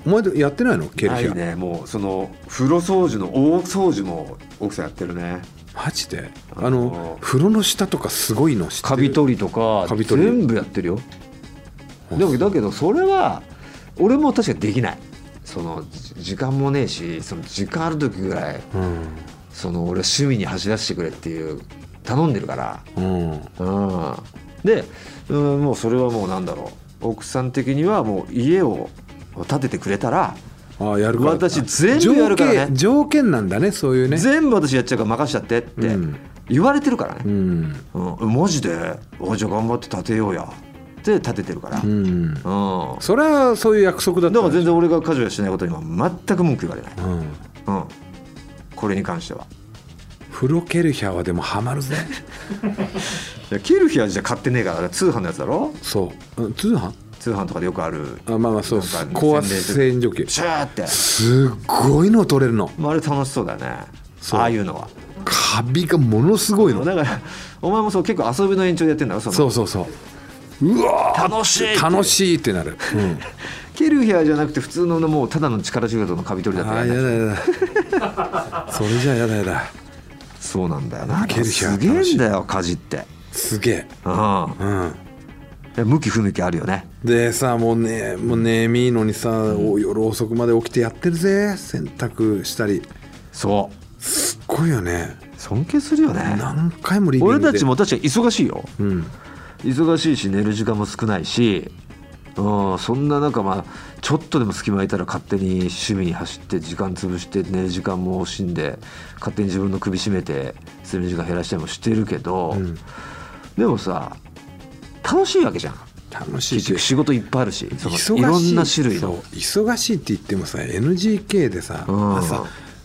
Speaker 2: お前やってないのケルヒ
Speaker 1: な
Speaker 2: ャ
Speaker 1: い
Speaker 2: ー、
Speaker 1: ねもうその風呂掃除の大掃除も奥さんやってるね
Speaker 2: マジであの、
Speaker 1: あの
Speaker 2: 風呂の下とかすごいの知って
Speaker 1: カ
Speaker 2: る
Speaker 1: ビ取りとか
Speaker 2: カビ取り
Speaker 1: 全部やってるよ
Speaker 2: あ
Speaker 1: でもだけどそれは俺も確かにできないそのじ時間もねえしその時間ある時ぐらい
Speaker 2: うん
Speaker 1: その俺は趣味に走らせてくれっていう頼んでるから
Speaker 2: うん
Speaker 1: うんで、うん、もうそれはもうなんだろう奥さん的にはもう家を建ててくれたら
Speaker 2: あやるから
Speaker 1: 私全部やるからね
Speaker 2: 条件条件なんだねそういうね
Speaker 1: 全部私やっちゃうから任しちゃってって
Speaker 2: うん
Speaker 1: 言われてるからね、
Speaker 2: うん
Speaker 1: うん、マジであじゃあ頑張って建てようやって建ててるから、う
Speaker 2: うんんそれはそういう約束だった
Speaker 1: だから全
Speaker 2: 然
Speaker 1: 然俺が家事をしないことには全く文句言われない、
Speaker 2: うん
Speaker 1: うん、これに関しては
Speaker 2: 風呂ケルヒャーはでもハマ るぜ
Speaker 1: いやケルヒアじゃ買ってねえから通販のやつだろ
Speaker 2: そううん通販
Speaker 1: 通販とかでよくある
Speaker 2: あまあまあそう
Speaker 1: なんか
Speaker 2: 高圧洗浄機
Speaker 1: シャーって
Speaker 2: すっごいの取れるの
Speaker 1: まああれ楽しそうだよね
Speaker 2: そう
Speaker 1: ああいうのは
Speaker 2: カビがものすごいの
Speaker 1: だからお前もそう結構遊びの延長でやってんだろその
Speaker 2: そうそうそううわー
Speaker 1: 楽しいって
Speaker 2: 楽しいってなる、
Speaker 1: ケルヒアじゃなくて普通のもうただの力仕事のカビ取
Speaker 2: う
Speaker 1: り
Speaker 2: ん、
Speaker 1: だ
Speaker 2: あ
Speaker 1: った
Speaker 2: あ
Speaker 1: よ
Speaker 2: や
Speaker 1: ね
Speaker 2: だや だそれじゃやだやだ
Speaker 1: そうなんだよな
Speaker 2: ケルヒア
Speaker 1: すげえんだよ家事って
Speaker 2: すげえ
Speaker 1: うん
Speaker 2: うん
Speaker 1: で向き不向きあるよね
Speaker 2: でさもうねもう眠いのにさ、お夜遅くまで起きてやってるぜ洗濯したり
Speaker 1: そう
Speaker 2: すっごいよね
Speaker 1: 尊敬するよね
Speaker 2: 何回もリビング
Speaker 1: 俺
Speaker 2: で
Speaker 1: たちも確かに忙しいよ
Speaker 2: うん
Speaker 1: 忙しいし寝る時間も少ないし、うん、そんな中まあちょっとでも隙間空いたら勝手に趣味に走って時間潰して寝る時間も惜しんで勝手に自分の首絞めて睡眠時間減らしたりもしてるけど、
Speaker 2: ん
Speaker 1: でもさ楽しいわけじゃん
Speaker 2: 楽しい
Speaker 1: 結
Speaker 2: し
Speaker 1: 局仕事いっぱいあるしその
Speaker 2: 忙し
Speaker 1: いろんな種類
Speaker 2: そう
Speaker 1: の
Speaker 2: 忙しいって言ってもさ NGK でさ、
Speaker 1: うん
Speaker 2: 朝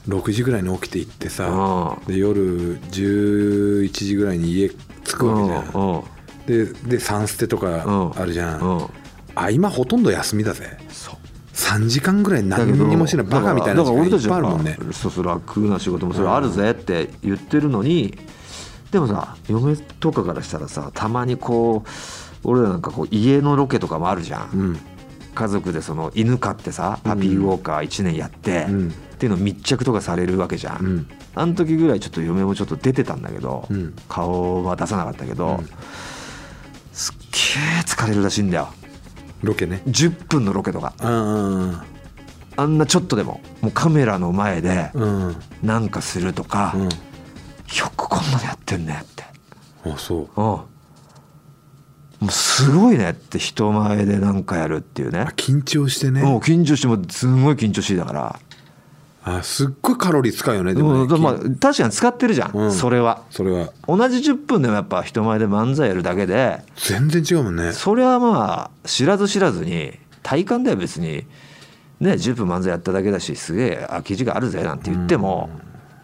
Speaker 2: 6時ぐらいに起きて行ってさ、
Speaker 1: う
Speaker 2: で夜11時ぐらいに家着くわけじゃん、
Speaker 1: うんうん
Speaker 2: でで3捨てとかあるじゃん、
Speaker 1: うん
Speaker 2: あ今ほとんど休みだぜ
Speaker 1: そう
Speaker 2: 3時間ぐらい
Speaker 1: だ
Speaker 2: 何
Speaker 1: けど
Speaker 2: にもしないバカみたいな
Speaker 1: だ
Speaker 2: 時
Speaker 1: から
Speaker 2: 間
Speaker 1: 俺
Speaker 2: い
Speaker 1: たち
Speaker 2: っぱいあるもんね
Speaker 1: そうそう楽な仕事もそれあるぜって言ってるのに、でもさ嫁とかからしたらさたまにこう俺らなんかこう家のロケとかもあるじゃん、
Speaker 2: うん
Speaker 1: 家族でその犬飼ってさパピーウォーカー1年やって、
Speaker 2: うん
Speaker 1: っていうの密着とかされるわけじゃん、
Speaker 2: うん
Speaker 1: あの時ぐらいちょっと嫁もちょっと出てたんだけど、
Speaker 2: うん
Speaker 1: 顔は出さなかったけど、
Speaker 2: うん
Speaker 1: すっげえ疲れるらしいんだよ
Speaker 2: ロケね
Speaker 1: 10分のロケとか
Speaker 2: うん
Speaker 1: あんなちょっとでももうカメラの前で
Speaker 2: うん
Speaker 1: なんかするとか、
Speaker 2: うん
Speaker 1: よくこんなのやってんねって
Speaker 2: あそう
Speaker 1: うんもうすごいねって人前でなんかやるっていうね
Speaker 2: あ緊張してね
Speaker 1: もう緊張してもすごい緊張しいだから
Speaker 2: あすっごいカロリー使うよね
Speaker 1: で
Speaker 2: でも
Speaker 1: も
Speaker 2: ね
Speaker 1: まあ確かに使ってるじゃん、
Speaker 2: うん
Speaker 1: それは
Speaker 2: それは
Speaker 1: 同じ10分でもやっぱ人前で漫才やるだけで
Speaker 2: 全然違うもんね
Speaker 1: それはまあ知らず知らずに体感では別にね10分漫才やっただけだしすげえ空き時間あるぜなんて言っても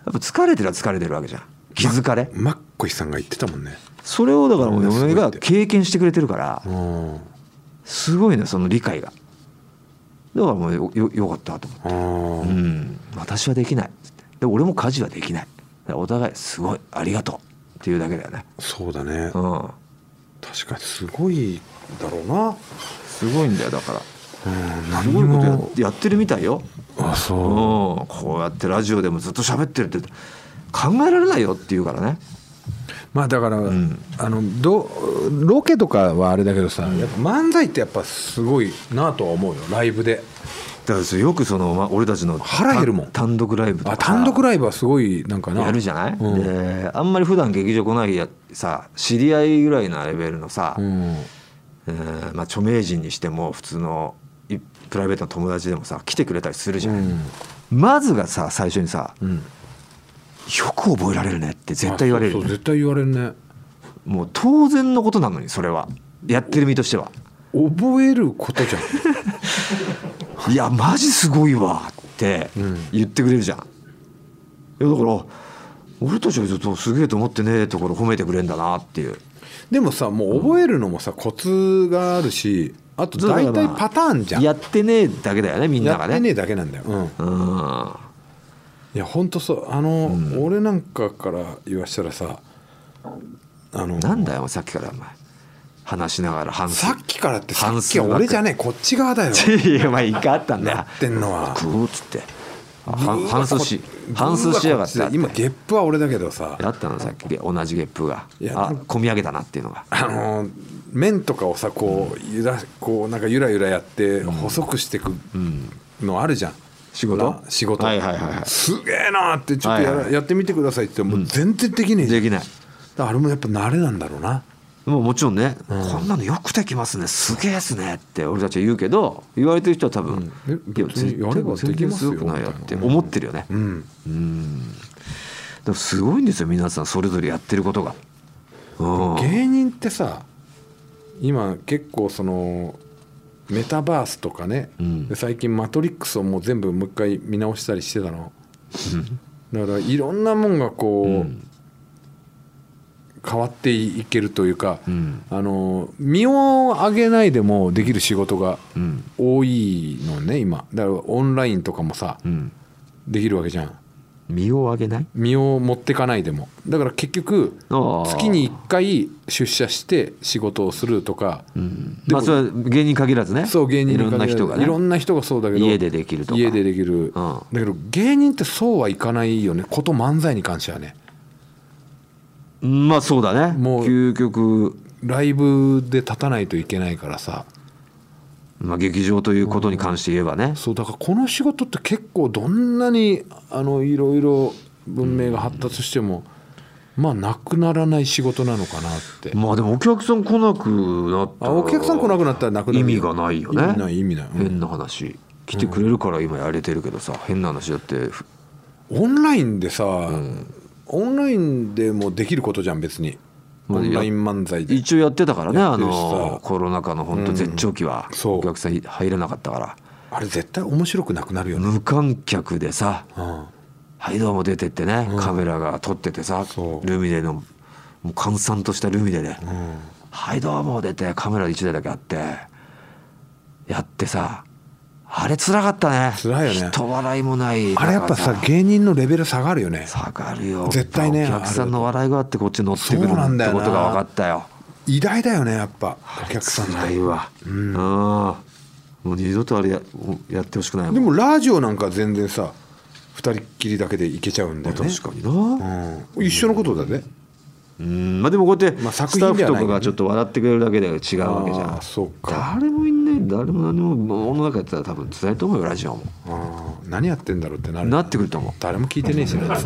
Speaker 1: やっぱ疲れてるは疲れてるわけじゃん気づかれ
Speaker 2: マッコイさんが言ってたもんね
Speaker 1: それをだからもう嫁が経験してくれてるから
Speaker 2: うんあ
Speaker 1: すごいねその理解がだからもうよよよかったと思って
Speaker 2: あ
Speaker 1: うん私はできないっつってで俺も家事はできないお互いすごいありがとうっていうだけだよね
Speaker 2: そうだね
Speaker 1: うん
Speaker 2: 確かにすごいだろうな
Speaker 1: すごいんだよだから
Speaker 2: うん
Speaker 1: す
Speaker 2: 何
Speaker 1: ご
Speaker 2: に
Speaker 1: いことや
Speaker 2: も
Speaker 1: ってやってるみたいよ
Speaker 2: あ
Speaker 1: うん
Speaker 2: そ
Speaker 1: こうやってラジオでもずっと喋ってるって考えられないよって言うからね
Speaker 2: うまあだから、
Speaker 1: ん
Speaker 2: あのどロケとかはあれだけどさ、やっぱ漫才ってやっぱすごいなとは思うよライブで
Speaker 1: だからそれよくその、ま、俺たちの
Speaker 2: 腹減るもん
Speaker 1: た単独ライブと
Speaker 2: あ
Speaker 1: か
Speaker 2: 単独ライブはすごいなんかな
Speaker 1: やるじゃない、
Speaker 2: うん
Speaker 1: であんまり普段劇場来ないやさ知り合いぐらいなレベルのさ、
Speaker 2: うん
Speaker 1: えーまあ、著名人にしても普通のいプライベートの友達でもさ来てくれたりするじゃ、
Speaker 2: うんん
Speaker 1: まずがさ最初にさ「
Speaker 2: うん
Speaker 1: よく覚えられるね」って絶対言われる
Speaker 2: あそ
Speaker 1: よ
Speaker 2: う
Speaker 1: ね
Speaker 2: そう絶対言われるね
Speaker 1: もう当然のことなのにそれはやってる身としては
Speaker 2: 覚えることじゃん
Speaker 1: 「いやマジすごいわ」って
Speaker 2: うん
Speaker 1: 言ってくれるじゃん、いやだから俺たちはちょっとすげえと思ってねえところ褒めてくれんだなっていう
Speaker 2: でもさもう覚えるのもさ、コツがあるしあと大体パターンじゃん、
Speaker 1: やってねえだけだよねみんな
Speaker 2: や
Speaker 1: が
Speaker 2: っ
Speaker 1: ね
Speaker 2: てねえだけなんだよ、うん、
Speaker 1: うん
Speaker 2: いや本当そうあの、俺なんかから言わしたらさあの
Speaker 1: なんだよさっきからお前話しながら反省
Speaker 2: さっきからってさ
Speaker 1: 半
Speaker 2: っき
Speaker 1: 数
Speaker 2: は
Speaker 1: ばっか
Speaker 2: 俺じゃねえこっち側だよ
Speaker 1: いやまあ一回あったんだ
Speaker 2: やってんのは
Speaker 1: グーっつってあ
Speaker 2: うわ
Speaker 1: 半半数し
Speaker 2: こっ
Speaker 1: 半数しやがっ
Speaker 2: うわ
Speaker 1: た
Speaker 2: こっちだ今ゲップは俺だけどさ
Speaker 1: だったのさっきで同じゲップが
Speaker 2: いや
Speaker 1: あ込み上げたなっていうのが
Speaker 2: あの麺とかをさこうゆらこうなんかゆらゆらやって細くしてくのあるじゃん
Speaker 1: 仕事
Speaker 2: な仕事
Speaker 1: はいはいはいはい
Speaker 2: すげえなーってちょっとやら,、
Speaker 1: はいはい
Speaker 2: やってみてくださいって言ってもう全然できねえじゃ
Speaker 1: で
Speaker 2: ん
Speaker 1: きない
Speaker 2: だからあれもやっぱ慣れなんだろうな
Speaker 1: もうもちろんね、こんなのよくできますねすげえっすねって俺たちは言うけど言われてる人は多分、
Speaker 2: うんえ
Speaker 1: いや
Speaker 2: 別にやれば
Speaker 1: 全然
Speaker 2: できますよ
Speaker 1: 全然ごくないよっ
Speaker 2: み
Speaker 1: て
Speaker 2: たいな
Speaker 1: 思ってるよね、
Speaker 2: うん
Speaker 1: でもすごいんですよ皆さんそれぞれやってることが、うん、
Speaker 2: 芸人ってさ今結構そのメタバースとかね、
Speaker 1: うん
Speaker 2: で最近「マトリックス」をもう全部もう一回見直したりしてたのだからいろんなもんがこう、
Speaker 1: うん
Speaker 2: 変わっていけるというか、
Speaker 1: うん
Speaker 2: あの身を上げないでもできる仕事が
Speaker 1: うん
Speaker 2: 多いのね今だからオンラインとかもさ
Speaker 1: うん
Speaker 2: できるわけじゃん
Speaker 1: 身を上げない
Speaker 2: 身を持ってかないでもだから結局
Speaker 1: ああ
Speaker 2: 月に1回出社して仕事をするとか、
Speaker 1: うん
Speaker 2: で
Speaker 1: まあそれは芸人限らずね
Speaker 2: そう芸人
Speaker 1: い
Speaker 2: に
Speaker 1: ろんな
Speaker 2: 限らず
Speaker 1: 人がね
Speaker 2: いろんな人がそうだけど
Speaker 1: 家でできるとか
Speaker 2: 家でできる、
Speaker 1: ん
Speaker 2: だけど芸人ってそうはいかないよねこと漫才に関してはね
Speaker 1: まあそうだね
Speaker 2: もう
Speaker 1: 究極、
Speaker 2: ライブで立たないといけないからさ
Speaker 1: まあ、劇場ということに関して言えばね、
Speaker 2: そうだからこの仕事って結構どんなにあのいろいろ文明が発達しても、まあなくならない仕事なのかなって、
Speaker 1: まあでもお客さん来なくなった
Speaker 2: あ
Speaker 1: ら
Speaker 2: お客さん来なくなったらなくなる
Speaker 1: 意味がないよね
Speaker 2: 意味ない意味ない、うん
Speaker 1: 変な話来てくれるから今やれてるけどさ変な話だってふ
Speaker 2: オンラインでさ、オンラインでもできることじゃん別に
Speaker 1: ま
Speaker 2: オ
Speaker 1: あい
Speaker 2: ン
Speaker 1: や
Speaker 2: ライン漫才で
Speaker 1: 一応やってたからね
Speaker 2: や
Speaker 1: あ
Speaker 2: ってるしさ
Speaker 1: のコロナ禍の本当絶頂期は
Speaker 2: うんそう
Speaker 1: お客さん入れなかったから
Speaker 2: あれ絶対面白くなくなるよね、
Speaker 1: 無観客でさ
Speaker 2: うん
Speaker 1: 「はいどうも」出てってねカメラが撮っててさ
Speaker 2: そう
Speaker 1: ルミネのもう閑散としたルミネで
Speaker 2: うん
Speaker 1: 「はいどうも」出てカメラ1台だけあってやってさ「あれ辛かったね
Speaker 2: 辛いよね
Speaker 1: 人笑いもない
Speaker 2: あれやっぱさ
Speaker 1: だから
Speaker 2: 芸人のレベル下がるよね
Speaker 1: 下がるよ
Speaker 2: 絶対
Speaker 1: お
Speaker 2: ね
Speaker 1: 客さんの笑いがあってこっち乗ってくるって
Speaker 2: そう
Speaker 1: ことが
Speaker 2: なんだよな
Speaker 1: 分かったよ
Speaker 2: 偉大だよねやっぱお客さん
Speaker 1: 辛
Speaker 2: の
Speaker 1: いわうんもう二度とあれややってほしくないもん
Speaker 2: でもラジオなんか全然さ二人っきりだけでいけちゃうんだよね
Speaker 1: 確かにな
Speaker 2: うん、一緒のことだね、
Speaker 1: うんまあでもこうやって
Speaker 2: まあ
Speaker 1: ス
Speaker 2: 作
Speaker 1: タッ
Speaker 2: 品
Speaker 1: フ
Speaker 2: では
Speaker 1: と
Speaker 2: ない
Speaker 1: かがちょっと笑ってくれるだけで違うわけじゃ
Speaker 2: あ
Speaker 1: ん
Speaker 2: ーそうか
Speaker 1: 誰もいない誰も何も世の中やったら多分辛いと思うよラジオも
Speaker 2: あー何やってんだろうってなる
Speaker 1: なってくると思う
Speaker 2: 誰も聞いてねえし なっつって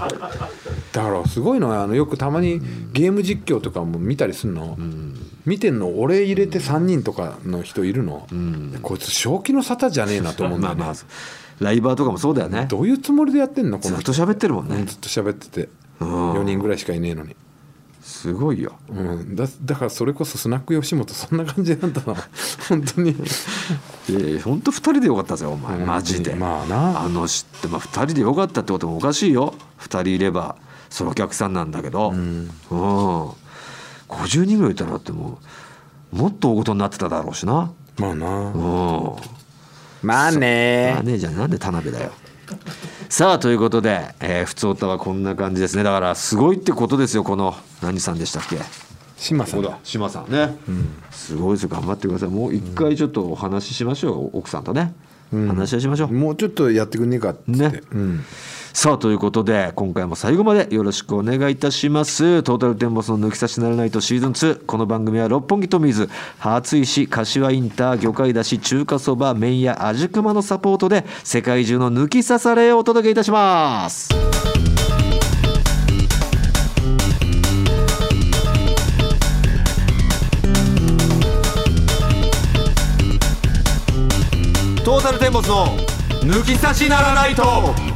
Speaker 2: だからすごいのはあのよくたまにゲーム実況とかも見たりすんの、見てんの俺入れて3人とかの人いるの、こいつ正気の沙汰じゃねえなと思うん
Speaker 1: ま
Speaker 2: だよ
Speaker 1: あま
Speaker 2: ね、
Speaker 1: あライバーとかもそうだよね
Speaker 2: どういうつもりでやってんのこ
Speaker 1: ず
Speaker 2: の
Speaker 1: っ
Speaker 2: 人
Speaker 1: と喋ってるもんね
Speaker 2: ずっと喋ってて
Speaker 1: うん
Speaker 2: 4人ぐらいしかいねえのに、
Speaker 1: すごいよ
Speaker 2: うん、だだからそれこそスナック吉本そんな感じなん だな本当に
Speaker 1: いやいや本当2人でよかったぜお前マジで、
Speaker 2: まあな
Speaker 1: あの人って、まあ、2人でよかったってこともおかしいよ2人いればそのお客さんなんだけど、うん50人ぐらいいたらだってもうもっと大事になってただろうしな
Speaker 2: まあな
Speaker 1: うん
Speaker 2: まあね
Speaker 1: マネージャーなんで田辺だよさあということで、えー、普通歌はこんな感じですねだからすごいってことですよこの何さんでしたっけ
Speaker 2: 志麻さんだ
Speaker 1: 志麻さんね、すごいですよ頑張ってくださいもう一回ちょっとお話ししましょう、奥さんとね、話し合いしましょう
Speaker 2: もうちょっとやってくんねえかっつって、
Speaker 1: ね
Speaker 2: うん、
Speaker 1: さあということで今回も最後までよろしくお願いいたしますトータルテンボスの抜き差しならないとシーズン2この番組は六本木トミーズ初石柏インター魚介だし中華そば麺屋あじくまのサポートで世界中の抜き差されをお届けいたしますトータルテンボスの抜き差しならないと